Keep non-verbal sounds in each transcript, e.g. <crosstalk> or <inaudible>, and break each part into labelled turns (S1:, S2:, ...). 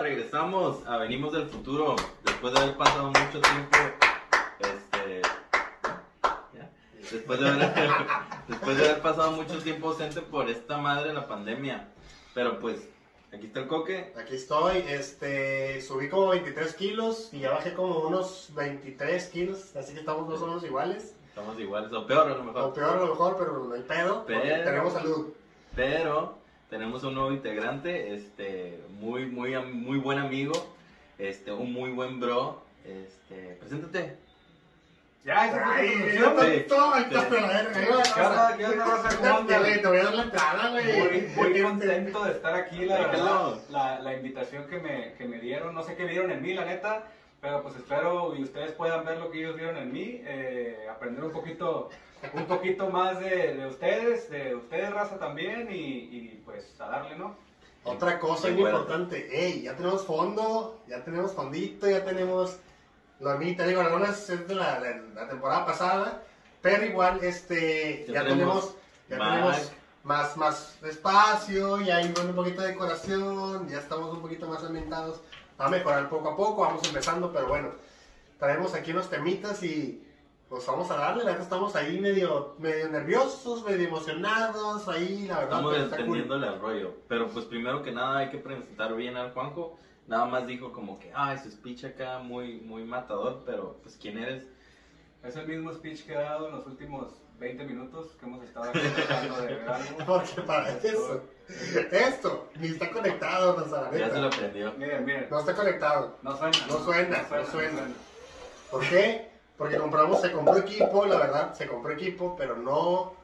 S1: llegamos a Venimos del Futuro, después de haber pasado mucho tiempo, este, ¿ya? después, de haber, <laughs> después de haber pasado mucho tiempo ausente por esta madre la pandemia. Pero pues, aquí está el coque.
S2: Aquí estoy, este, subí como 23 kilos y ya bajé como unos 23 kilos, así que estamos más o menos iguales.
S1: Estamos iguales, o peor a lo mejor.
S2: O peor a lo mejor, pero no hay pedo, porque
S1: Pero-
S2: tenemos salud.
S1: pero tenemos un nuevo integrante, este, muy, muy, am- muy buen amigo, este, un muy buen bro, este, preséntate.
S3: Ya,
S2: Ay,
S3: ya,
S2: mira,
S3: ya.
S2: to- todo
S1: sí.
S2: aventaste a la verga,
S3: ¿Qué
S2: ahí va.
S3: onda? ¿Qué onda, raza? ¿Cómo
S2: Te-
S3: andan?
S2: güey, Te voy a dar la entrada,
S3: Muy,
S2: güey. Este,
S3: muy contento de estar aquí, la verdad.
S1: Déjalo.
S3: La, la invitación que me, que me dieron, no sé qué vieron en mí, la neta, pero pues espero y ustedes puedan ver lo que ellos vieron en mí, eh, aprender un poquito, un poquito más de, de ustedes, de ustedes, raza también, y, y pues a darle, ¿no?
S2: Otra cosa
S1: De
S2: muy
S1: acuerdo.
S2: importante, ey, ya tenemos fondo, ya tenemos fondito, ya tenemos lonita, digo, la lona es de la, la- la temporada pasada, pero igual, este,
S1: Ya
S2: ya,
S1: tenemos
S2: tenemos, ya
S1: Mac.
S2: tenemos más, más espacio, ya hay un poquito de decoración, ya estamos un poquito más ambientados, va a mejorar poco a poco, vamos empezando, pero bueno, traemos aquí unos temitas y pues vamos a darle, la neta estamos ahí medio, medio nerviosos, medio emocionados, ahí, la verdad,
S1: Estamos
S2: pero está cool.
S1: entendiendo el rollo, pero pues primero que nada hay que presentar bien al Juanjo. Nada más dijo como que, ay, su speech acá muy, muy matador, pero pues quién eres.
S3: Es el mismo speech que he dado en los últimos 20 minutos que hemos estado aquí tratando de ver
S2: <laughs>
S3: algo.
S2: Porque para eso, esto ni está conectado, no la
S1: Ya se lo
S2: neta.
S1: aprendió.
S3: Miren, miren,
S2: No está conectado.
S3: no suena.
S2: No suena, no suena. ¿Por qué? Porque compramos, se compró equipo, la verdad, se compró equipo, pero no.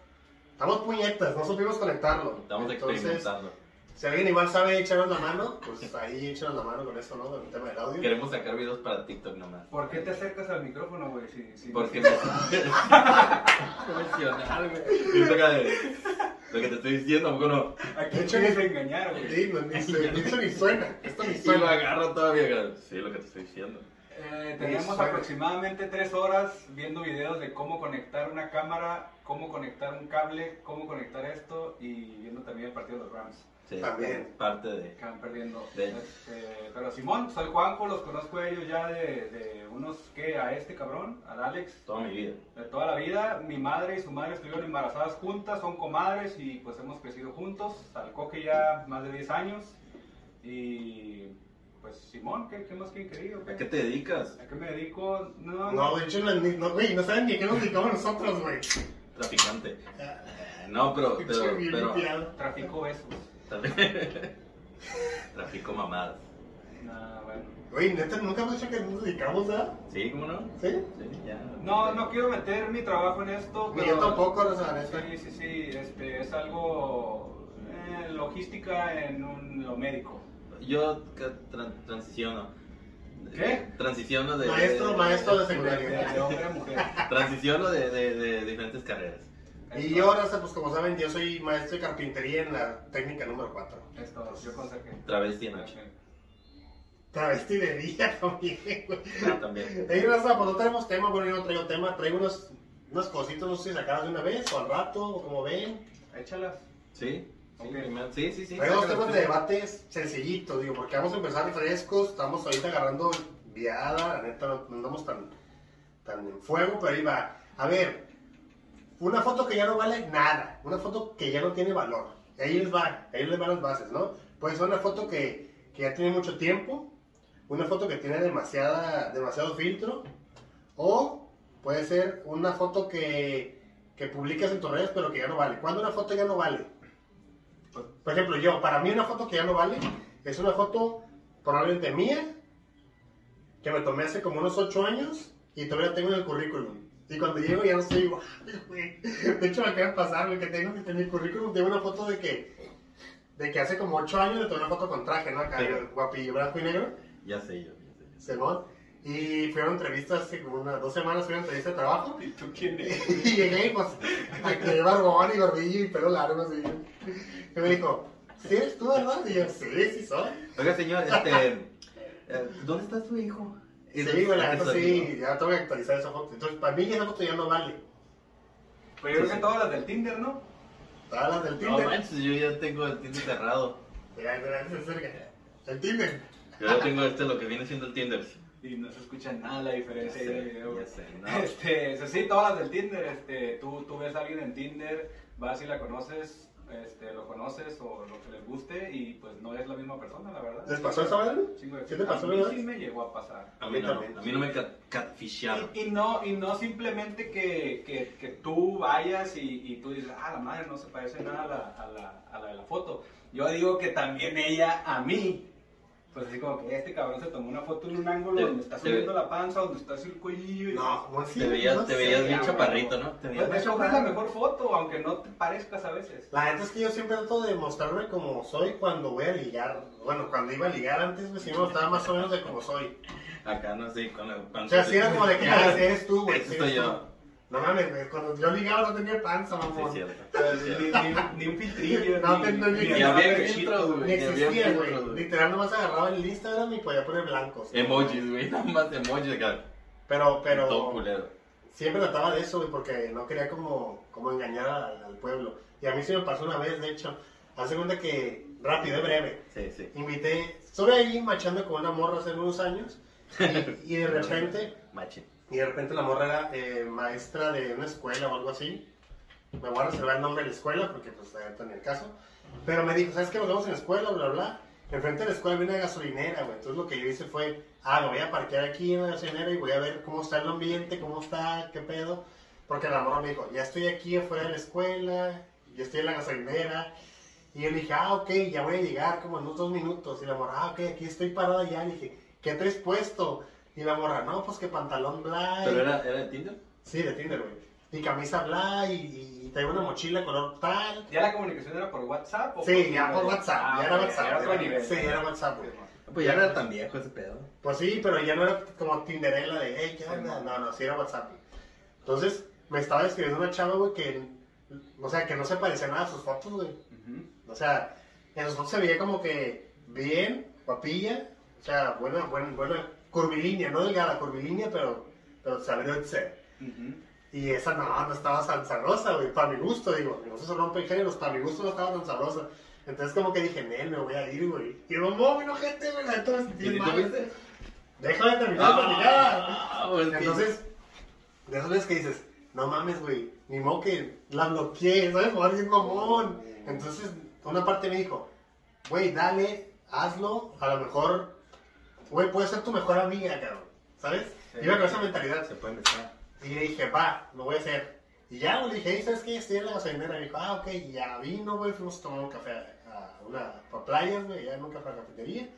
S2: Estamos puñetas, no supimos conectarlo.
S1: Estamos
S2: Entonces,
S1: experimentando.
S2: si alguien igual sabe echarnos la mano, pues ahí echaron la mano con eso, ¿no? Con el tema del audio.
S1: Queremos sacar videos para TikTok nomás.
S3: ¿Por qué te acercas al micrófono, güey? Si, si-
S1: Porque me profesional, güey. Es lo que- Lo que te estoy diciendo, ¿a poco no?
S3: <laughs> Aquí
S2: De hecho,
S3: quieres
S2: ni-
S3: engañar, güey.
S2: Sí, no, ni, se- ni- eso ni suena, esto ni
S1: Y lo
S2: suena.
S1: agarro todavía. güey. Sí, lo que te estoy diciendo.
S3: Eh, teníamos aproximadamente tres horas viendo videos de cómo conectar una cámara, cómo conectar un cable, cómo conectar esto y viendo también el partido de los Rams.
S1: Sí,
S2: También.
S1: es parte de.
S3: que van perdiendo.
S1: Sí.
S3: Este, pero Simón, soy Juanco, los conozco a ellos ya de, de unos que a este cabrón, al Alex,
S1: Toda mi vida.
S3: de toda la vida. Mi madre y su madre estuvieron embarazadas juntas, son comadres y pues hemos crecido juntos. Al coque ya más de 10 años. Y pues Simón, ¿qué, qué más que querido?
S1: ¿A qué te dedicas?
S3: ¿A qué me dedico? No,
S2: No, de hecho, ni- no, güey, no saben ni a qué nos dedicamos nosotros, güey.
S1: Traficante. Eh, No, pero. pero,
S2: Pinche bien
S1: pero
S2: limpiado.
S3: trafico besos.
S1: <laughs> Trafico mamadas.
S3: Nah, bueno.
S2: Güey, neta, nunca hemos dicho que nos dedicamos, ¿ah?
S1: ¿Sí? ¿Cómo no?
S2: ¿Sí?
S1: Sí, ya.
S3: No, no quiero meter mi trabajo en esto.
S2: Ni
S3: Pero...
S2: yo tampoco, no sabes.
S3: Sí, sí, sí, este, es algo eh, logística en un- lo médico.
S1: Yo ca- tran- transiciono.
S3: ¿Qué?
S1: Transiciono de.
S2: Maestro, maestro de secundaria.
S3: De hombre a mujer.
S1: Transiciono de, de- de diferentes carreras.
S2: <laughs> Y yo, raza, pues como saben, yo soy maestro de carpintería en la técnica número 4.
S3: Esto, yo consejé.
S1: Travesti de noche.
S2: Travesti de día <laughs> también, güey.
S1: Ah, también.
S2: Ey, raza, pues no tenemos tema, bueno, yo no traigo tema, traigo unos, unas cositas, no sé si sacadas de una vez o al rato, o como ven.
S3: Échalas.
S1: ¿Sí? Sí,
S3: Ok.
S1: primero- sí, sí. sí
S2: Traigo dos
S1: sácalo
S2: temas este de
S1: tú.
S2: debates sencillitos, digo, porque vamos a empezar frescos, estamos ahorita agarrando viada, la neta, no no andamos tan, tan en fuego, pero ahí va. A ver, una foto que ya no vale nada, una foto que ya no tiene valor. Ahí les va, ahí les van las bases, ¿no? Puede ser una foto que, que ya tiene mucho tiempo, una foto que tiene demasiada, demasiado filtro, o puede ser una foto que, que publicas en tus redes pero que ya no vale. ¿Cuándo una foto ya no vale? Pues, Por ejemplo, yo, para mí una foto que ya no vale es una foto probablemente mía, que me tomé hace como unos 8 años y todavía la tengo en el currículum. Y cuando llego ya no estoy igual, <laughs> güey. De hecho, me acaba de pasar, güey, que tengo que en mi currículum tengo una foto de que, de que hace como 8 años le tomé una foto con traje, ¿no? Acá,
S1: Sí.
S2: guapillo, blanco y negro.
S1: Ya sé yo. ya sé yo.
S2: Simón. Y fui a una entrevista hace como unas dos semanas, fui a una entrevista de trabajo.
S3: ¿Y tú quién
S2: <laughs>
S3: eres?
S2: Y llegué y pues, me quedé barbón y gordillo y pelo largo así. Y me dijo, ¿sí eres tú, verdad? Y yo, sí, sí soy.
S1: Oiga, señor, este.
S2: <laughs>
S1: eh, ¿Dónde está su hijo?
S2: Sí,
S1: Entonces,
S2: güey, la
S1: hay que
S2: neta
S1: salir,
S2: sí, ya tengo que actualizar esa foto. Entonces, para mí esa foto ya no vale.
S3: Pero Pues yo creo que todas las del Tinder, ¿no?
S2: Todas las del
S1: ¿no? No
S2: Tinder.
S1: manches, yo ya tengo el Tinder cerrado.
S2: Mira, mira, se acerca. El Tinder.
S1: Yo ahora tengo este, lo que viene siendo el Tinder.
S3: Y no se escucha nada la
S1: Ya
S3: diferencia ahí del
S1: sé,
S3: video, güey. <laughs>
S1: ya sé, no.
S2: <laughs>
S3: Este, eso sí, todas las del Tinder, este, tú, tú ves a alguien en Tinder, vas y la conoces, este, lo conoces o lo que les guste y pues no es la misma persona, la verdad.
S2: ¿Les pasó esta madre?
S3: Chingo de-
S2: ¿Sí te pasó,
S3: a mí
S2: verdad?
S3: sí me llegó a pasar.
S1: A mí no, a mí no me cat-
S3: Y-
S1: catfisharon.
S3: Y, no, y no simplemente que, que- que tú vayas y, y tú dices, ah, la madre no se parece nada a la, a, la, a la de la foto. Yo digo que también ella a mí. Pues así como que este cabrón se tomó una foto en un ángulo
S1: Te-
S3: donde está
S1: te
S3: subiendo
S1: ve-
S3: la panza, donde está así el cuello. y-
S2: No, ¿cómo así?
S1: Te veías,
S2: No
S1: te
S2: sé,
S1: veías bien
S2: güey.
S1: chaparrito, ¿no? Te
S3: Pues
S1: veías
S3: me es la mejor foto, aunque no te parezcas a veces.
S2: La neta es que yo siempre trato de mostrarme como soy cuando voy a ligar. Bueno, cuando iba a ligar antes, me sí me mostraba más o menos de como soy.
S1: acá, no sé, con la panza.
S2: O sea, si era
S1: <laughs>
S2: como de que "Ah, ese eres tú, güey.
S1: Ese
S2: sí
S1: soy
S2: eres
S1: yo.
S2: tú". No mames, güey, cuando yo ligaba no tenía panza,
S1: Sí,
S2: mamón.
S1: cierto.
S3: Pero ni, ni- ni un filtrillo,
S2: No,
S3: ni,
S2: no,
S3: ni-
S2: ni-
S3: ni
S1: Y había
S3: nada.
S1: filtros, güey.
S2: Ni
S1: y había
S2: existía,
S1: filtros,
S2: güey.
S1: güey.
S2: Literal, nomás agarraba el Instagram y podía poner blancos.
S1: Emojis, güey, <laughs> nada más emojis, acá.
S2: Pero,
S1: Todo
S2: pero,
S1: culero.
S2: siempre trataba de eso, güey, porque no quería como, como engañar al, al pueblo. Y a mí se me pasó una vez, de hecho. Hace cuenta que, rápido y breve,
S1: Sí, sí.
S2: invité, estuve ahí machando con una morra hace unos años. Y, y
S1: <laughs>
S2: de repente,
S1: Machi.
S2: y de repente la morra era eh, maestra de una escuela o algo así. Me voy a reservar el nombre de la escuela porque pues está en el caso. Pero me dijo, ¿sabes qué? Nos vemos en la escuela, bla, bla. Enfrente de la escuela había una gasolinera, güey. Entonces lo que yo hice fue, ah, lo voy a parquear aquí en la gasolinera y voy a ver cómo está el ambiente, cómo está, qué pedo. Porque la morra me dijo, ya estoy aquí afuera de la escuela, ya estoy en la gasolinera. Y yo le dije, ah, ok, ya voy a llegar como en unos dos minutos. Y la morra, ah, ok, aquí estoy parada ya. Le dije, ¿qué traes puesto? Y la morra, no, pues que pantalón blanco.
S1: ¿Pero era, era de Tinder?
S2: Sí, de Tinder, güey. Y camisa bla y, y, y traigo una mochila color tal.
S3: ¿Ya la comunicación era por WhatsApp? O
S2: Sí, ya por WhatsApp,
S3: Ah,
S2: ya era
S3: ok,
S2: WhatsApp.
S3: Era otro
S2: ya-
S3: nivel.
S2: Sí, era WhatsApp, güey.
S1: Pues ya no era tan viejo ese pedo.
S2: Pues sí, pero ya no era como Tinderella de, hey, ¿qué onda? No, no, sí era WhatsApp. güey. Entonces, me estaba escribiendo una chava, güey, que, o sea, que no se parecía nada a sus fotos, güey.
S3: Ujú.
S2: O sea, en sus fotos se veía como que bien, guapilla, o sea, buena, buena, buena, curvilínea, no delgada, curvilínea, pero, pero se abrió el ser.
S3: Ujú.
S2: Y esa no, no estaba tan sabrosa, güey, para mi gusto, digo, no se rompen géneros, para mi gusto no estaba tan sabrosa. Entonces como que dije, nel, me voy a ir, güey. Y yo, no, güey, no, gente, güey, la neta me sentí
S1: ¿Y si
S2: mal.
S1: tuviste?
S2: Déjame terminar la ligada.
S1: Ah, pues,
S2: Entonces, de esas veces que dices, no mames, güey, ni modo que la bloqueé, ¿sabes? Jugar bien mamón. Entonces, una parte me dijo, güey, dale, hazlo, a lo mejor, güey, puedes ser tu mejor amiga, cabrón, ¿sabes?
S3: Sí.
S2: Iba con esa mentalidad.
S1: se pueden besar.
S2: Y le dije, va, lo voy a hacer. Y ya, le dije, "Ey, ¿sabes qué? Estoy en la gasolinera. Y dijo, ah, ok, y ya vino, güey. Fuimos a tomar un café a una, a playas, güey, ya nunca fue a la cafetería.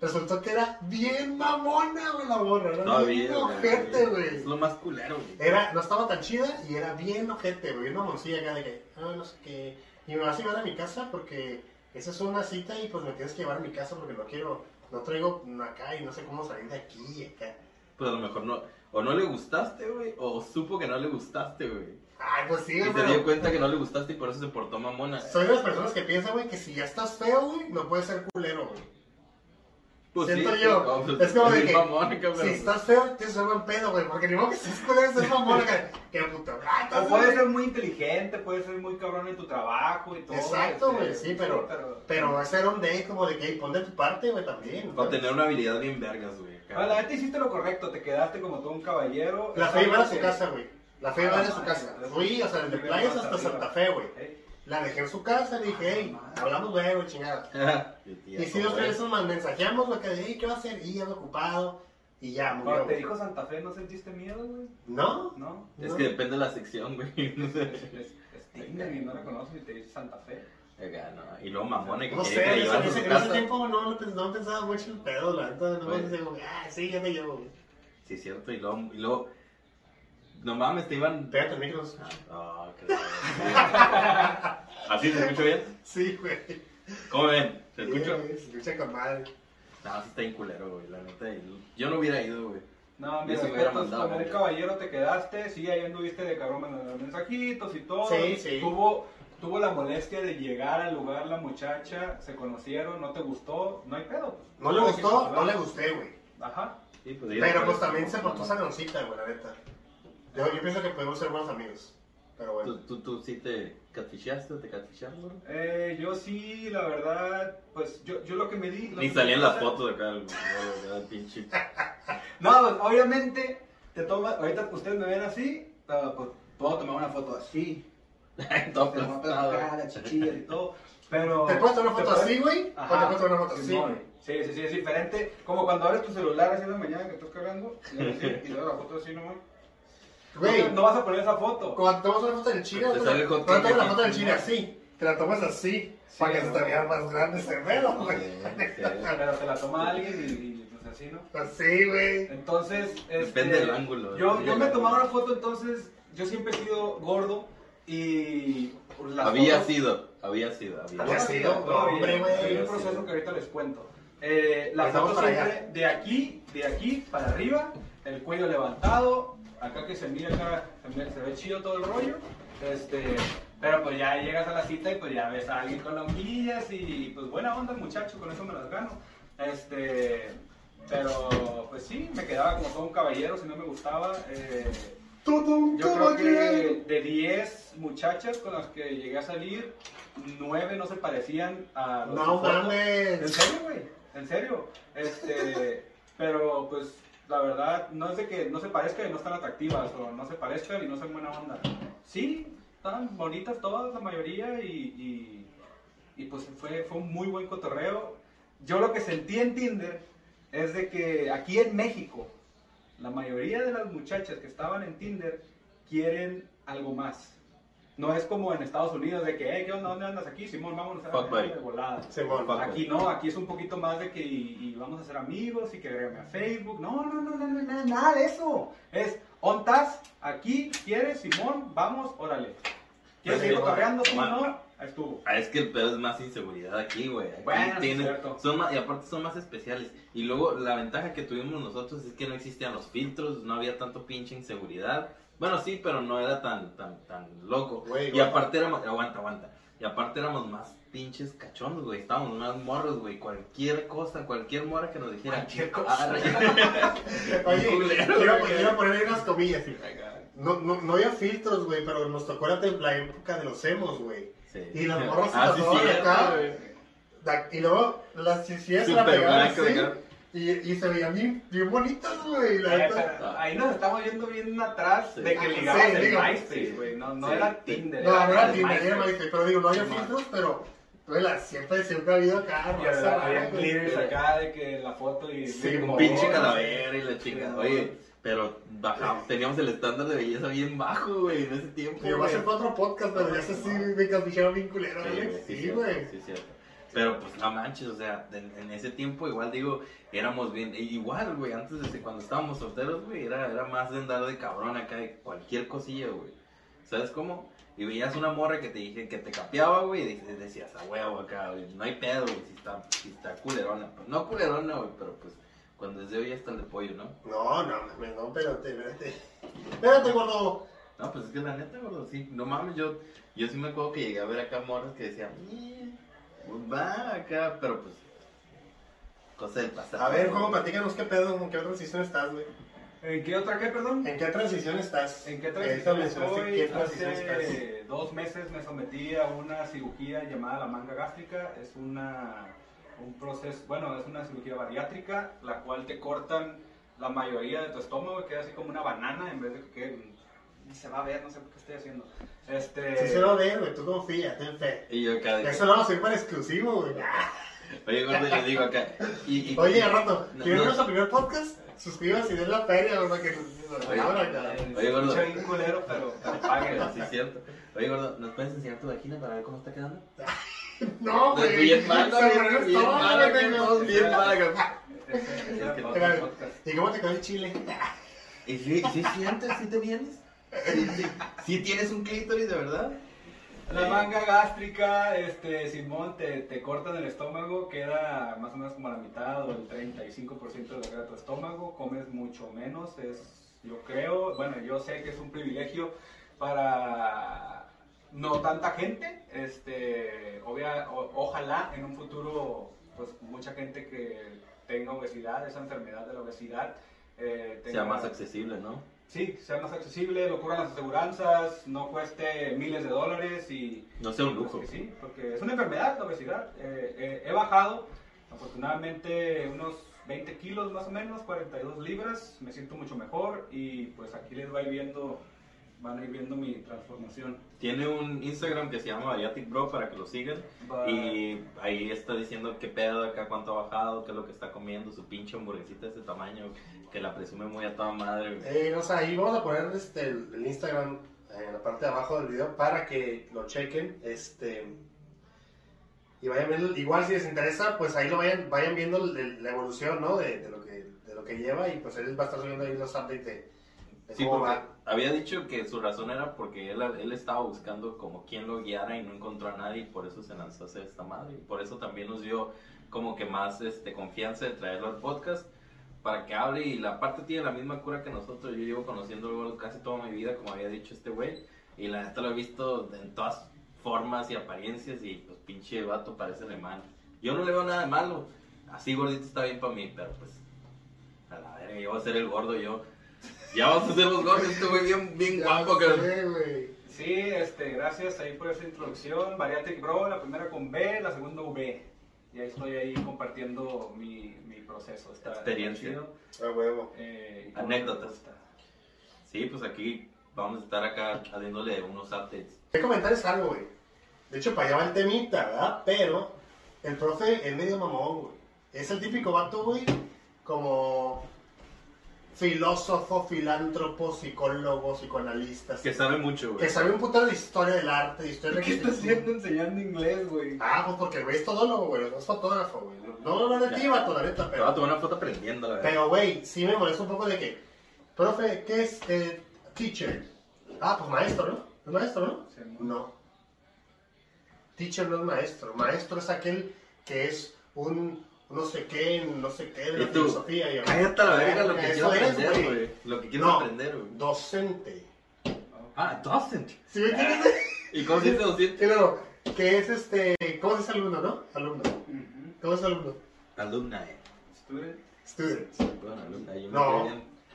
S2: Resultó que era bien mamona, güey, la morra. Era
S1: No,
S2: bien
S1: bien,
S2: ojete,
S1: Es
S2: güey. Eh.
S1: lo más culero, güey.
S2: Era, no estaba tan chida y era bien ojete, güey. Una moncilla acá de que, ah, no sé qué. Y me vas a llevar a mi casa porque esa es una cita y pues me tienes que llevar a mi casa porque no quiero, no traigo acá y no sé cómo salir de aquí y acá.
S1: Pues a lo mejor no. O no le gustaste, güey. O supo que no le gustaste, güey.
S2: Ay, pues sí,
S1: Y
S2: güey.
S1: se dio cuenta que no le gustaste y por eso se portó mamona.
S2: Soy de las personas que piensan, güey, que si ya estás feo, güey, no puedes ser culero, güey.
S1: Pues
S2: siento
S1: sí,
S2: yo.
S1: no, pues,
S2: Es como de
S1: bien
S2: que-
S1: mamona, cabrón.
S2: Si estás feo, tienes que ser buen pedo, güey, porque ni modo que seas culero, seas mamón, que, que puto gato,
S3: O puedes
S2: güey.
S3: ser muy inteligente, puedes ser muy cabrón en tu trabajo y todo.
S2: Exacto,
S3: este,
S2: güey, sí, pero-
S3: pero...
S2: Pero hacer un day como de que "Ey, pon de tu parte, güey, también.
S1: O tener una habilidad bien vergas, güey. acá. <laughs>
S3: Bueno, la neta hiciste lo correcto, te quedaste como todo un caballero.
S2: La
S3: Es
S2: fe iba
S3: algo
S2: a su
S3: que-
S2: casa, güey. La fe iba a su
S3: Ah,
S2: casa.
S3: sí.
S2: Fui, o sea, desde
S3: Sí,
S2: playas
S3: hasta
S2: hasta
S3: arriba.
S2: Santa Fe, güey.
S3: ¿eh?
S2: La dejé en su casa, le dije, hey,
S3: madre.
S2: hablamos luego, chingada. Y si dos tres veces más mensajeamos, güey, que de, "Ey, ¿qué va a hacer? Y ando ocupado. Y ya, murió.
S3: Cuando te
S2: güey.
S3: dijo Santa Fe, ¿no sentiste miedo, güey?
S2: ¿No?
S3: ¿No?
S1: Es que depende de la sección, güey. <laughs>
S3: Es, es, es Tinder y no la conoces y te dice Santa Fe.
S1: Acá, no. Y luego mamona que
S2: No
S1: quiere que
S2: sé,
S1: le
S2: yo en
S1: llevas a su
S2: ese, en ese
S1: casa.
S2: tiempo no, lo pens- no pensaba mucho en pedo, la verdad. No
S1: Oye.
S2: me digo, ah, sí, ya te llevo. güey.
S1: Sí, cierto. Y luego, y luego. No mames, te iban.
S2: Pégate el micro.
S1: Ah, no, que la- <laughs> ¿Así se escucha bien?
S2: Sí, güey.
S1: ¿Cómo ven? ¿Se
S2: Sí,
S1: escucha?
S2: güey, Se escucha con madre.
S1: No, sí está bien culero, güey, la neta. y Yo no hubiera ido, güey.
S3: No,
S1: Yo
S3: mira,
S1: sí me hubiera
S3: respetos,
S1: mandado,
S3: pues, como un
S1: verga.
S3: caballero te quedaste, sí, ahí anduviste de cabrón mandando mensajitos y todo.
S2: Sí, sí.
S3: Tuvo, tuvo la molestia de llegar al lugar la muchacha, se conocieron, no te gustó, no hay pedo. pues.
S2: No le
S3: Cada quien
S2: gustó,
S3: su
S2: no
S3: lado.
S2: le gusté, güey.
S3: Ajá.
S1: Sí, pues, yo-
S2: Pero pues también se portó
S1: Mamona.
S2: sanoncita, güey, la neta. Yo, yo pienso que podemos ser buenos amigos. Pero
S1: ¿Tú,
S2: bueno.
S1: tú, tú sí te catfishaste, te catfisharon, bro?
S3: Eh, yo sí, la verdad, pues yo, yo lo que me di... lo
S1: Ni
S3: que
S1: salían
S3: me
S1: las
S3: pasa-
S1: fotos acá, el- el- el
S3: <laughs>
S1: pinche.
S3: No, pues, obviamente, te toma, ahorita que ustedes me ven así, ah, pues puedo tomar una foto así.
S1: <laughs>
S3: este,
S1: Todo
S3: te voy a
S1: aplastado.
S3: pegar la chichilla y todo, pero...
S2: ¿Te puedes tomar una foto
S3: puedes-
S2: así, güey? ¿O te
S3: Ajá,
S2: puedes tomar una foto así?
S3: Simón. Sí, sí, sí, es diferente. Como cuando abres tu celular así en la mañana que estás cargando y le- y le das la foto así nomás.
S2: Güey,
S3: No, no vas a poner esa foto.
S2: cuando tomas una foto del chile,
S1: Te
S2: no te
S1: sale
S2: la-
S1: el
S2: no
S1: hot
S2: te tomas
S1: cake
S2: la
S1: aquí.
S2: foto del chile así. Te la tomas así,
S3: Sí,
S2: para que se
S3: ¿no?
S2: te vea más grande ese pedo,
S1: Sí,
S2: güey. ah.
S1: sí.
S3: Pero te la toma alguien y, y, pues así, ¿no?
S2: Así, güey.
S3: Entonces, este,
S1: Depende del ángulo.
S3: Yo,
S1: depende
S3: yo
S1: del
S3: me
S1: ángulo.
S3: tomaba una foto, entonces yo siempre he sido gordo y pues, las
S1: Había
S3: fotos-
S1: sido, había sido, había
S2: Había
S1: sido.
S2: sido.
S3: Todavía,
S2: hombre, güey.
S3: Hay un proceso que ahorita les cuento. Eh, la
S2: Ahí
S3: foto
S2: vamos para
S3: siempre
S2: allá.
S3: de aquí, de aquí para arriba, el cuello levantado, acá que se mira acá, se mira- se ve chido todo el rollo. Este, pero pues ya llegas a la cita y pues ya ves a alguien con longuillas y pues buena onda muchacho, con eso me las gano. Este, pero pues sí, me quedaba como todo un caballero, si no me gustaba. eh,
S2: Todo un
S3: yo creo
S2: caballero.
S3: que de 10 muchachas con las que llegué a salir, 9 no se parecían a los
S2: No
S3: de foto. En
S2: mames.
S3: serio, güey. En serio.
S1: <laughs>
S3: Este, pero pues la verdad no es de que no se parezcan y no están atractivas o no se parezcan y no son buena onda. Sí, están bonitas todas la mayoría y, y, y, pues fue, fue un muy buen cotorreo. Yo lo que sentí en Tinder es de que aquí en México la mayoría de las muchachas que estaban en Tinder quieren algo más. No es como en Estados Unidos de que, hey, ¿qué onda? ¿Dónde andas aquí? Simón, vámonos a
S1: Fuck buddy.
S3: de volada.
S2: Simón.
S1: Fuck.
S3: Aquí no, aquí es un poquito más de que y, y vamos a ser amigos y que agrégame a Facebook. No, no, no, no, no, no, nada de eso. Es, ontas, aquí, ¿quieres, Simón? Vamos, órale. ¿Quieres
S2: Sí,
S3: seguir
S2: bueno.
S3: cotorreando? Sí,
S1: Pues Bueno.
S3: no, Ahí estuvo.
S1: Ah, es que el pedo es más inseguridad aquí, güey. Aquí
S3: Bueno, sí,
S1: tienen-
S3: cierto.
S1: son más, y aparte son más especiales. Y luego la ventaja que tuvimos nosotros es que no existían los filtros, no había tanto pinche inseguridad. Bueno, sí, pero no era tan, tan, tan loco.
S2: Güey,
S1: y
S2: güey.
S1: aparte éramos, aguanta, aguanta. Y aparte éramos más pinches cachondos, güey. Estábamos más morros, güey. Cualquier cosa, cualquier mora que nos dijera. "Ah,
S3: Cualquier
S2: <laughs>
S3: cosa.
S1: "Arre".
S2: Oye,
S1: Culero,
S2: quiero,
S3: güey.
S2: quiero poner ahí unas comillas. No, no, no había filtros, güey, pero nos tocó la, tem- la época de los emos, güey.
S1: Sí.
S2: Y las morras se
S1: Ah, sí,
S2: tatuaban
S1: cierto,
S2: acá.
S1: güey.
S2: Da- Y luego las chichillas se la
S1: Súper
S2: pegaban
S1: blanco,
S2: así.
S1: acá.
S2: Y, y se veían bien, bien bonitas, güey. La
S3: Eh,
S2: neta.
S3: pero ahí nos estamos yendo bien atrás
S1: Sí.
S3: de que
S2: Ah,
S3: ligabas
S2: sí,
S3: en
S2: digo.
S3: MySpace, güey. No, no
S1: Sí.
S3: era Tinder.
S2: No, no era
S3: el
S2: Tinder, era
S3: MySpace.
S2: MySpace, pero digo, no había
S3: Sí,
S2: filtros, pero güey, la- siempre, siempre ha habido acá,
S3: Y había-
S2: raza,
S3: Había
S2: güey.
S3: clears acá de que la foto y...
S2: Sí,
S1: Un
S2: como-
S1: pinche calavera y la chingada.
S3: Sí,
S1: Oye, pero bajamos, teníamos el estándar de belleza bien bajo, güey, en ese tiempo.
S2: Digo, va a
S1: güey.
S2: ser para otro podcast, pero ya sé si me castigaron bien culero,
S1: Sí,
S2: güey.
S1: güey, sí,
S2: Sí,
S1: cierto,
S2: güey.
S1: sí, cierto. Pero pues no manches, o sea, en, en ese tiempo igual digo, éramos bien, e igual, güey, antes de cuando estábamos solteros, güey, era, era más de andar de cabrón acá, de cualquier cosilla, güey. ¿Sabes cómo? Y veías una morra que te dije que te capeaba, güey, y dices- decías, a huevo acá, güey, no hay pedo, güey, si está, si está culerona. Pues, no culerona, güey, pero pues cuando es de hoy hasta el de pollo, ¿no?
S2: No, no, mames, no, espérate, espérate. Espérate, gordo.
S1: No, pues es que la neta, gordo, sí, no mames, yo, yo sí me acuerdo que llegué a ver acá morras que decían, "Eh, pues va acá, pero pues, cosa del pasado.
S2: A ver, cómo platícanos qué pedo, en qué transición estás, güey.
S3: ¿En qué otra qué, perdón?
S2: ¿En qué transición estás?
S3: ¿En qué
S2: Ahorita
S3: transición
S2: mencionaste
S3: estoy?
S2: qué transición estás.
S3: Hace dos meses me sometí a una cirugía llamada la manga gástrica. Es una, un proceso, bueno, es una cirugía bariátrica, la cual te cortan la mayoría de tu estómago, queda así como una banana en vez de que quede, ni se va a ver, no sé por qué estoy haciendo. Este,
S2: Si se lo ve, güey, tú confía, ten fe.
S1: Y yo acá, de que,
S2: Eso lo vamos a ir para exclusivo, güey.
S1: oye, gordo, yo digo acá, y, y-
S2: <laughs> Oye, rato,
S1: No,
S2: ¿quieres
S1: no.
S2: ver nuestro primer podcast? Suscríbase y den la feria, o sea, que nos
S1: Oye,
S2: abra, cabrón.
S3: eh,
S1: Oye, gordo.
S3: Se escucha bien culero, pero, pero
S1: <laughs>
S3: páguenla.
S1: <laughs> sí es cierto. Oye, gordo, ¿nos puedes enseñar tu vagina para ver cómo está quedando?
S2: No, güey.
S1: bien mal,
S2: Se
S1: bien,
S2: arruinó
S1: bien
S2: todo,
S1: mal,
S2: güey,
S1: bien
S2: no.
S1: mal, bien mal, acá.
S3: Ese- ese era
S1: que-
S3: para otro podcast.
S2: ¿Y cómo te quedó el chile?
S1: ¿Y si, si es cierto? ¿Si te vienes? ¿Si, tienes un clítoris de verdad?
S3: La manga gástrica, este, Simón, te, te cortan el estómago, queda más o menos como la mitad o el 35% de lo que era tu estómago, comes mucho menos, es, yo creo, bueno, yo sé que es un privilegio para no tanta gente, este, obvia- o- ojalá en un futuro, pues mucha gente que tenga obesidad, esa enfermedad de la obesidad, eh,
S1: Sea
S3: tenga-
S1: más accesible, ¿no?
S3: sí, sea más accesible, lo cubran las aseguranzas, no cueste miles de dólares y...
S1: No sea un
S3: pues
S1: lujo.
S3: que sí, porque es una enfermedad la obesidad. Eh, eh, he bajado afortunadamente unos 20 kilos más o menos, 42 libras, me siento mucho mejor y pues aquí les va a ir viendo, van a ir viendo mi transformación.
S1: Tiene un Instagram que se llama Bariatic Bro para que lo sigan.
S3: Va-
S1: Y ahí está diciendo qué pedo acá, cuánto ha bajado, qué es lo que está comiendo, su pinche hamburguesita de ese tamaño, que la presume muy a toda madre. güey.
S2: Eh, no sé, ahí vamos a poner este, el, el Instagram eh, en la parte de abajo del video para que lo chequen. Este, y vayan viendo, igual si les interesa, pues ahí lo vayan, vayan viendo el- el- la evolución, ¿no? De, de lo que, de lo que lleva y pues él va a estar subiendo ahí los updates de, de
S1: Sí,
S2: cómo
S1: porque
S2: va.
S1: había dicho que su razón era porque él, él estaba buscando como quien lo guiara y no encontró a nadie y por eso se lanzó a hacer esta madre. Y por eso también nos dio como que más este, confianza de traerlo al podcast para que hable y la parte tiene la misma cura que nosotros. Yo llevo conociéndolo casi toda mi vida, como había dicho este güey, y la neta lo he visto en todas formas y apariencias y pues pinche vato parece alemán. Yo no le veo nada de malo. Así gordito está bien para mí, pero pues a la verga, yo voy a ser el gordo yo. Ya vamos a ser los gordos, este güey bien, bien
S2: Ya
S1: guapo. Que...
S2: sé, güey.
S3: Sí, este, gracias ahí por esa introducción. Variatic Bro, la primera con B, la segunda V. Y ahí estoy ahí compartiendo mi, mi proceso. Está
S1: Experiencia.
S3: está chido.
S2: A huevo.
S3: Eh, y
S1: Anécdotas.
S3: me gusta.
S1: Sí, pues aquí vamos a estar acá haciéndole unos updates.
S2: ¿Qué comentar es algo, güey? De hecho, para allá va el temita, ¿verdad? Pero el profe es medio mamón, güey. Es el típico vato, güey, como filósofo, filántropo, psicólogo, psicoanalista.
S1: Que sabe mucho, güey.
S2: que sabe un puto de historia del arte, de historia de la
S3: ¿Qué estás
S2: arquitectura.
S3: haciendo enseñando inglés, güey?
S2: Ah, pues porque el güey es todólogo, güey, no es fotógrafo, güey. No, no, no de ti, vato, la neta,
S1: Te va a
S2: pero...
S1: tomar una foto aprendiendo, la verdad.
S2: Pero, güey, sí me molesta un poco de que... Profe, ¿qué es eh, teacher? Ah, pues maestro, ¿no? ¿Es maestro, no?
S3: Se mu-
S2: No. Teacher no es maestro. Maestro es aquel que es un no sé qué, no sé qué, de la
S1: ¿Y tú?
S2: filosofía. Y
S1: <laughs> Cállate a la verga lo que
S2: Eso
S1: quiero
S2: es,
S1: aprender,
S2: güey.
S1: güey. Lo que quiero
S2: No.
S1: aprender, güey.
S2: Docente.
S1: Ah, docent.
S2: ¿Sí me entiendes? <laughs>
S1: ¿Y cómo se dice docente?
S2: Y luego, que es este. ¿Cómo se dice alumno, no? Alumno.
S3: Ujú.
S2: ¿Cómo es alumno?
S1: Alumna, eh.
S3: Student.
S2: Student.
S1: Bueno, alumna, yo me
S2: No.
S1: caí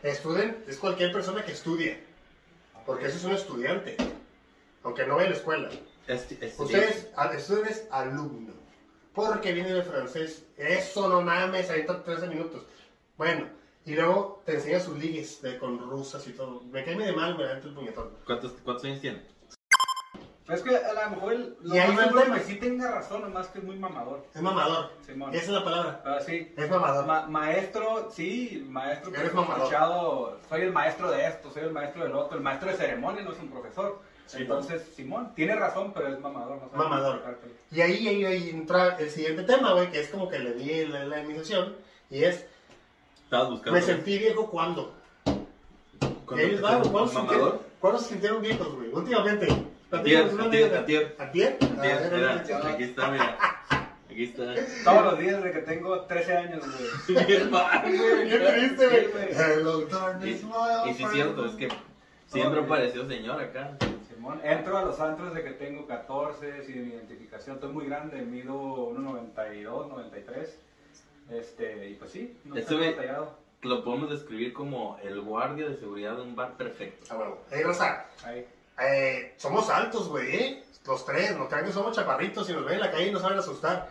S1: bien.
S2: Student es cualquier persona que estudia. Porque eso es un estudiante. Aunque no vaya a la escuela.
S1: Este- este-
S2: Ustedes, al- ustedes es alumno. Porque viene del francés. Eso no mames, ahorita 13 minutos. Bueno, y luego te enseña sus ligues de- con rusas y todo. Me cae medio mal, me levanta el puñetón.
S1: ¿Cuántos, ¿Cuántos años tiene?
S3: Es que a lo mejor el- lo
S2: Y ahí
S3: más
S2: va el
S3: seguro
S2: tema.
S3: que sí tenga razón, nomás que es muy mamador.
S2: Es mamador.
S3: Simón.
S2: Esa es la palabra.
S3: Ah, sí.
S2: Es mamador.
S3: Ma- maestro, sí, maestro que
S2: Eres
S3: hemos
S2: mamador.
S3: escuchado, soy el maestro de esto, soy el maestro del otro, el maestro de ceremonia no es un profesor.
S2: Simón.
S3: Entonces, Simón, tiene razón, pero es mamador. No sabe
S2: pues. Mamador.
S3: explicártelo.
S2: Y ahí, ahí, ahí entra el siguiente tema, güey, que es como que le di la, la iniciación. Y es,
S1: Estabas buscando.
S2: me sentí viejo cuando. Y
S1: ¿Cuándo
S2: ahí les va,
S1: empezaste?
S2: ¿cuándo se sintieron,
S1: ¿Mamador?
S2: ¿cuándo se sintieron viejos, güey? Últimamente.
S1: Antier,
S2: Platícanos una
S1: antier,
S2: anécdota.
S1: antier.
S2: ¿Antier? A Ah,
S1: Mira,
S2: ver,
S1: mira,
S2: antier.
S1: aquí está, mira. Aquí está.
S3: <laughs>
S1: <laughs>
S3: Todos los días desde que tengo 13 años, güey.
S1: Bien mal, güey.
S2: <laughs> Qué triste,
S3: Sí,
S2: güey.
S3: güey.
S2: Hello, darkness,
S1: Y-
S2: my old
S1: Y sí es
S2: friend.
S1: cierto, es que siempre pareció señor acá.
S3: Simón, entro a los antros desde que tengo 14, sin identificación, estoy muy grande, mido 1,92, 93. Este, y pues sí, no
S1: Este
S3: estoy
S1: güey-
S3: detallado.
S1: Lo podemos describir como el guardia de seguridad de un bar perfecto.
S2: Ah, bueno. Ey, Rosa,
S3: Ahí.
S2: eh, somos altos, güey, ¿eh? Los tres, no crean que somos chaparritos y nos ven en la calle y nos saben asustar.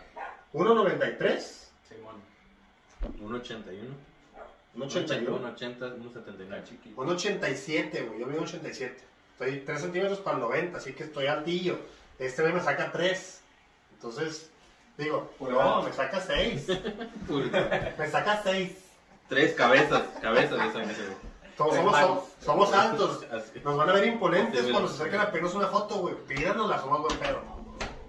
S2: 1.93,
S3: Simón,
S1: Un 81.
S2: 1.81,
S1: 80, 179.
S3: chiquito.
S2: 1.87, güey, yo mido 87. Estoy 3 centímetros para el 90, así que estoy altillo. Este güey me saca 3. Entonces, digo, no, me
S1: <laughs>
S2: saca 6. me saca 6.
S1: Tres cabezas, cabezas de sangre.
S2: Somos, somos, somos altos. Nos van a ver imponentes cuando se acerquen a pedirnos una foto, güey. Pídanosla, somos buen pedo.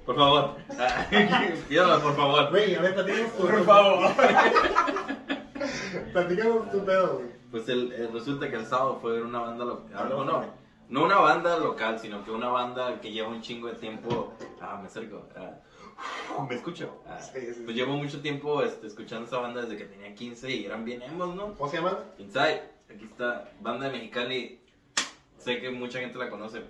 S1: Por favor. <laughs> Pídala, por favor.
S2: Güey, a ver, platícanos tu
S3: Por favor.
S2: <laughs> Platícanos tu pedo, güey.
S1: Pues el, el- resulta que el sábado fue ver una banda local.
S2: No,
S1: No, no, no una banda local, sino que una banda que lleva un chingo de tiempo. Ah, me acerco. ah, me escucho. Ah,
S2: Sí, sí, sí.
S1: Pues llevo mucho tiempo este, escuchando esa banda desde que tenía 15 y eran bien emos, ¿no?
S2: ¿Cómo se llama?
S1: Inside, aquí está, banda de Mexicali. Sé que mucha gente la conoce.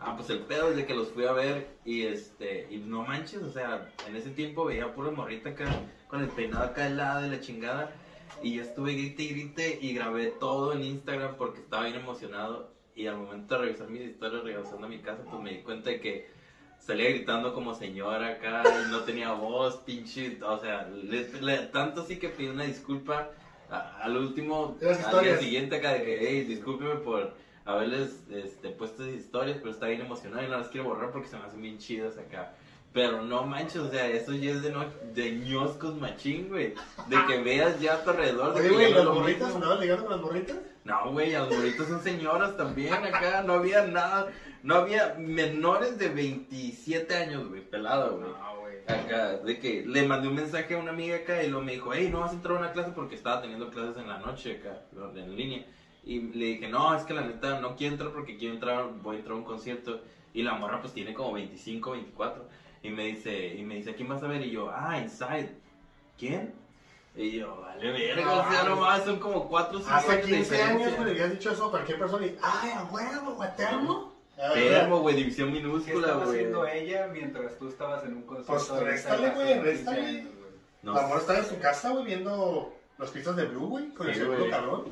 S1: Ah, pues el pedo es de que los fui a ver y este, y no manches, o sea, en ese tiempo veía pura morrita acá, con el peinado acá al lado de la chingada. Y yo estuve grite y grite y grabé todo en Instagram porque estaba bien emocionado. Y al momento de revisar mis historias regresando a mi casa, pues me di cuenta de que salía gritando como señora acá y no tenía voz, pinche. O sea, le- le- tanto así que pedí una disculpa a- al último,
S2: De las
S1: al día
S2: historias.
S1: siguiente acá de que, hey, discúlpeme por haberles este, puesto esas historias, pero está bien emocionado y no las quiero borrar porque se me hacen bien chidas acá. Pero no manches, o sea, eso ya es de, no, de ñoscos machín, güey. De que veas ya a tu alrededor. De
S2: Oye,
S1: que
S2: güey,
S1: ya no es
S2: ¿las
S1: lo
S2: morritas?
S1: mismo.
S2: ¿Andabas ligando con las morritas?
S1: No, güey, las morritas son señoras también acá. No había nada. No había menores de 27 años, güey, pelado, güey.
S3: No, Ah, güey.
S1: Acá, de que le mandé un mensaje a una amiga acá y luego me dijo, hey, no vas a entrar a una clase porque estaba teniendo clases en la noche acá, en línea. Y le dije, no, es que la neta no quiero entrar porque quiero entrar, voy a entrar a un concierto. Y la morra pues tiene como 25, 24. Y me dice, y me dice, ¿a quién vas a ver? Y yo, ah, Inside. ¿Quién? Y yo, vale, verga, o sea, nomás son como 4 o 5
S2: Hace 15 años, güey, le habías dicho eso a cualquier persona y, ay, a huevo, güey, termo. A ver,
S1: Termo, güey, división
S3: ¿Qué
S1: minúscula,
S3: estaba
S1: güey.
S2: eh?
S3: haciendo ella mientras tú estabas en un concierto?
S2: Pues,
S3: de
S2: réstale,
S3: esa
S2: güey,
S3: hace 15
S2: réstale.
S3: años, güey?
S1: No
S2: La morra estaba en su casa, güey, viendo los pistas de Blue, güey, con el
S1: Sí,
S2: segundo
S1: güey.
S2: cabrón.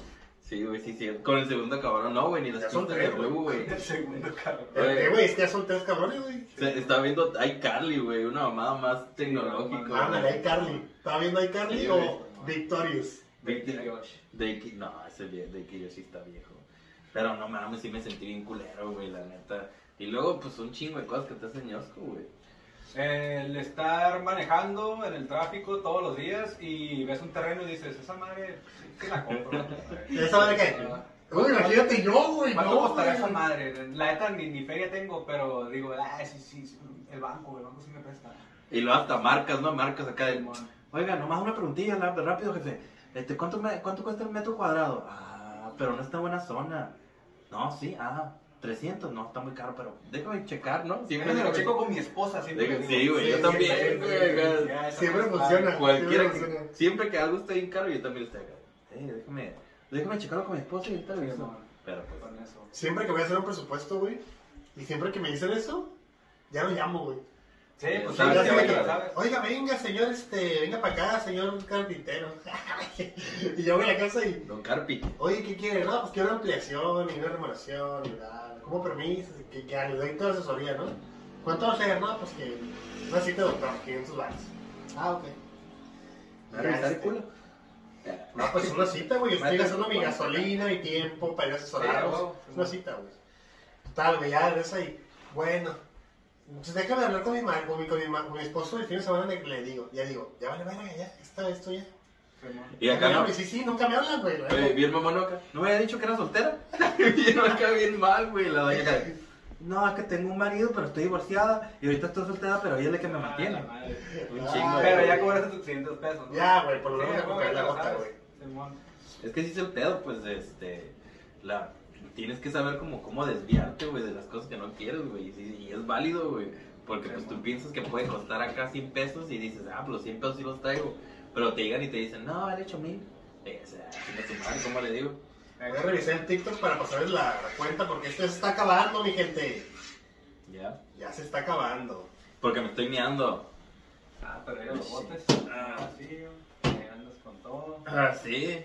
S1: Sí, güey, sí, sí. Con el segundo cabrón, no, güey, ni las
S2: Ya son
S1: pistas de
S2: tres, güey.
S1: huevo, güey.
S3: El segundo cabrón.
S1: Güey.
S2: Eh, güey, es que ya son tres cabrones, güey.
S1: Se, está viendo iCarly, güey, una mamada más tecnológica.
S3: Sí,
S1: güey.
S2: Ándale, iCarly. ¿Estaba viendo iCarly
S1: Sí, güey.
S2: o Victorious?
S3: Vete a Yoshi.
S1: De que- no, ese vie- de que yo sí está viejo. Pero no mames, sí me sentí bien culero, güey, la neta. Y luego, pues, un chingo de cosas que te hacen ñosco, güey.
S3: El estar manejando en el tráfico todos los días y ves un terreno y dices, esa madre, sí, sí la
S2: <laughs>
S3: compro.
S2: ¿Esa madre qué?
S3: Ah.
S2: Uy, imagínate yo, güey.
S3: ¿Cuánto
S2: no,
S3: costará
S2: güey.
S3: esa madre? La neta ni, ni feria tengo, pero digo, ah, sí, sí, sí, el banco, el banco sí me presta.
S1: Y luego hasta marcas, ¿no? Marcas acá de...
S3: Simón.
S1: Oiga, nomás una preguntilla, la- rápido, jefe. Este, ¿cuánto, me- ¿Cuánto cuesta el metro cuadrado? Ah, pero no está en buena zona. No, sí, ah, 300, no, está muy caro, pero déjame checar, ¿no? Siempre
S3: Déjame lo
S1: digo-
S3: checo con mi esposa siempre.
S1: Digo,
S3: digo,
S1: sí, güey,
S2: yo
S1: también, güey,
S3: ya, esa
S2: Siempre
S3: madre.
S2: funciona.
S1: <laughs> Cualquiera
S2: Sí,
S1: que,
S2: sí.
S1: siempre que algo esté bien caro, yo también estoy acá. Eh, déjame, déjame checarlo con mi esposa y ahorita
S3: Sí,
S1: regreso.
S3: mon,
S1: Pero pues,
S3: con eso.
S2: Siempre que voy a hacer un presupuesto, güey, y siempre que me dicen eso, ya lo llamo, güey.
S3: Sí, pues
S1: Ya
S3: sabes,
S1: sabes
S2: Ya
S3: sí,
S2: se me
S1: que-
S3: güey,
S2: queda,
S3: sabes.
S2: Oiga, venga, señor, este, venga para acá, señor carpintero. <laughs> y yo voy a la casa y,
S1: don Carpi,
S2: oye, ¿qué quiere? No, pues quiero una ampliación y una remodelación, y tal. ¿cómo permisos? Que, que le doy toda asesoría, ¿no? ¿Cuánto va a ser? No, pues que una cita de doctor, 500 baros. Ah, ok.
S1: ¿me va a revisar el
S2: Este,
S1: culo?
S2: No, pues una cita, güey. Estoy
S1: Mata-
S2: gastando mi
S1: mata-
S2: gasolina, mi tiempo para ir a asesorarlos.
S3: Sí, güey.
S2: Es una cita, güey. Total, güey, ya regresa y, bueno, pues déjame hablar con mi, ma- con mi, con mi, ma- con mi esposo el fin de semana, le, le digo, ya digo, ya vale, vale, ya, esta vez tú ya.
S3: Simón.
S1: Y acá
S2: Ya,
S1: no,
S2: güey, Sí, sí, nunca me hablan, güey. la
S1: Oye,
S2: neta.
S1: bien mamón acá. ¿No me había dicho que era soltera? <laughs> Bien acá, bien mal, güey. La doña acá. No, es que tengo un marido, pero estoy divorciada. Y ahorita estoy soltera, pero ella es la que me mantiene.
S3: Ah, la madre.
S1: Un
S2: Ah,
S1: chingo. de-
S3: Pero ya cobraste tus 500 pesos. ¿no?
S2: Ya, güey, por lo
S3: Sí,
S2: menos me
S3: ya,
S2: compré la
S3: ya
S2: gota,
S3: sabes,
S2: güey.
S3: Simón.
S1: Es que si es el pedo, pues, este... La... Tienes que saber como cómo desviarte, güey, de las cosas que no quieres, güey. Y, sí- y es válido, güey. Porque pues tú piensas que puede costar acá 100 pesos y dices, ah, pues los 100 pesos sí los traigo. Pero te llegan y te dicen, no, vale 8 mil. Eh, O sea, chinga tu madre, ¿cómo le digo?
S2: Voy a revisar el TikTok para pasarles la, la cuenta porque esto se está acabando, mi gente.
S1: Ya.
S2: Ya se está acabando.
S1: Porque me estoy meando.
S3: Ah, pero ya los botes. Ah, sí, güey, andas con todo.
S1: Ah, sí.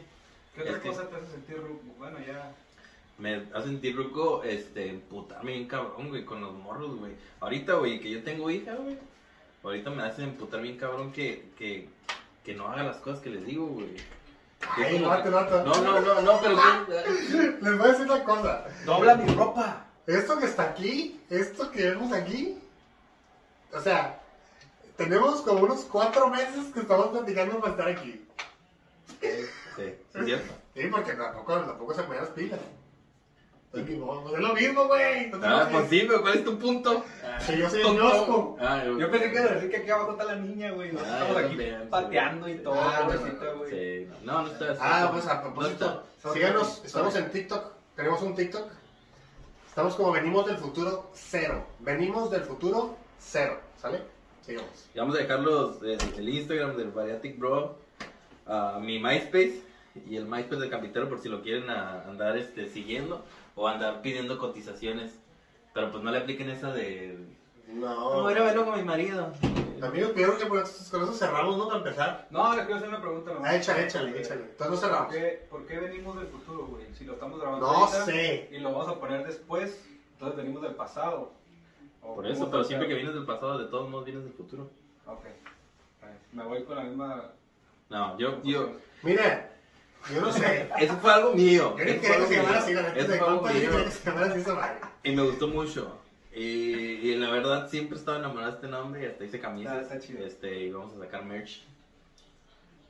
S3: ¿Qué otra
S1: Es que-
S3: cosa te hace sentir ruco? Bueno, ya.
S1: Me hace sentir ruco, este, emputarme bien cabrón, güey, con los morros, güey. Ahorita, güey, que yo tengo hija, güey. Ahorita me hace emputar bien cabrón que, que, que no haga las cosas que les digo, güey. Que es
S2: Ay,
S1: como
S2: no,
S1: que-
S2: no, no.
S1: No, no, no, no, pero que-
S2: <laughs> Les voy a decir una cosa.
S3: ¡Dobla mi ropa!
S2: Esto que está aquí, esto que vemos aquí, o sea, tenemos como unos cuatro meses que estamos platicando para estar aquí.
S1: Sí, sí, es cierto.
S2: Sí, porque tampoco, tampoco se me dan las pilas. Pues ni modo, pues es lo mismo, güey. No te
S1: Ah, pues
S2: enojes.
S1: sí, pero ¿cuál es tu punto? Ah,
S2: Que yo soy
S1: tonto.
S2: ñosco.
S1: Ah, yo-
S3: Yo pensé que ibas a decir que aquí abajo está la niña, güey.
S1: Ah,
S3: Nosotros
S1: yo
S3: estamos aquí
S1: también, sí.
S3: pateando y todo,
S2: Ah, no,
S3: pobrecita, güey.
S1: Sí, no, no está.
S2: Ah, pues a
S1: No
S2: propósito,
S1: está.
S2: síganos, estamos en TikTok, tenemos un TikTok. Estamos como venimos del futuro cero. Venimos del futuro cero, ¿sale? Sigamos.
S1: Y vamos a dejar los, el, el Instagram del Variatic Bro, ah, mi MySpace y el MySpace del Capitero por si lo quieren a- andar este, siguiendo o andar pidiendo cotizaciones. Pero pues no le apliquen esa de
S2: No.
S1: Como ir a verlo con mi marido.
S2: Amigos, yo creo que por eso, con eso cerramos, ¿no? Para empezar.
S3: No, le quiero hacer una pregunta nomás.
S2: Ah, échale, échale, échale. Entonces no
S3: ¿Por
S2: cerramos.
S3: qué, por qué venimos del futuro, güey? Si lo estamos grabando
S2: No
S3: ahorita
S2: sé.
S3: y lo vamos a poner después, entonces venimos del pasado.
S1: Por
S3: ¿O cómo
S1: eso,
S3: fue
S1: pero
S3: el
S1: siempre que
S3: pedo?
S1: vienes del pasado, de todos modos vienes del futuro.
S3: Ok. Está bien. Me voy con la misma...
S1: No, yo, yo,
S2: Mira, yo no sé.
S1: eso fue algo mío.
S2: Yo
S1: Eso
S2: ni
S1: fue
S2: quería que
S1: algo
S2: se llamara así,
S1: mío.
S2: la neta
S1: Eso
S2: de
S1: fue algo
S2: compa, yo ni
S1: mío.
S2: quería que se llamara así esa madre.
S1: Y me gustó mucho. Y, y la verdad siempre estaba enamorado de este nombre y hasta hice camisas.
S3: Ah, Está- está chido.
S1: Este, y vamos a sacar merch.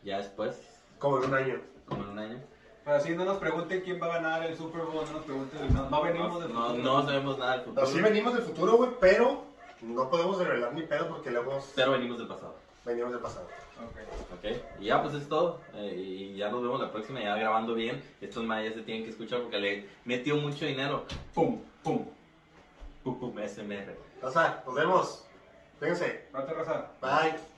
S1: Ya después,
S2: Como en un año.
S1: como en un año.
S3: Pero así no nos pregunten quién va a ganar el Super Bowl, no nos pregunten... No, no venimos del
S1: No,
S3: futuro.
S1: no sabemos nada del
S2: No,
S1: futuro.
S2: sí venimos del futuro, güey, pero no podemos revelar ni pedo porque luego
S1: Pero venimos del pasado.
S2: venimos del pasado.
S3: Ok.
S1: Ok, y ya pues es todo. Eh, y ya nos vemos la próxima, ya grabando bien. Estos mayas se tienen que escuchar porque le metió mucho dinero.
S3: Pum, pum.
S1: Pum, pum, SMR.
S2: Raza, nos vemos. Fíjense.
S3: Rato, raza.
S2: Bye.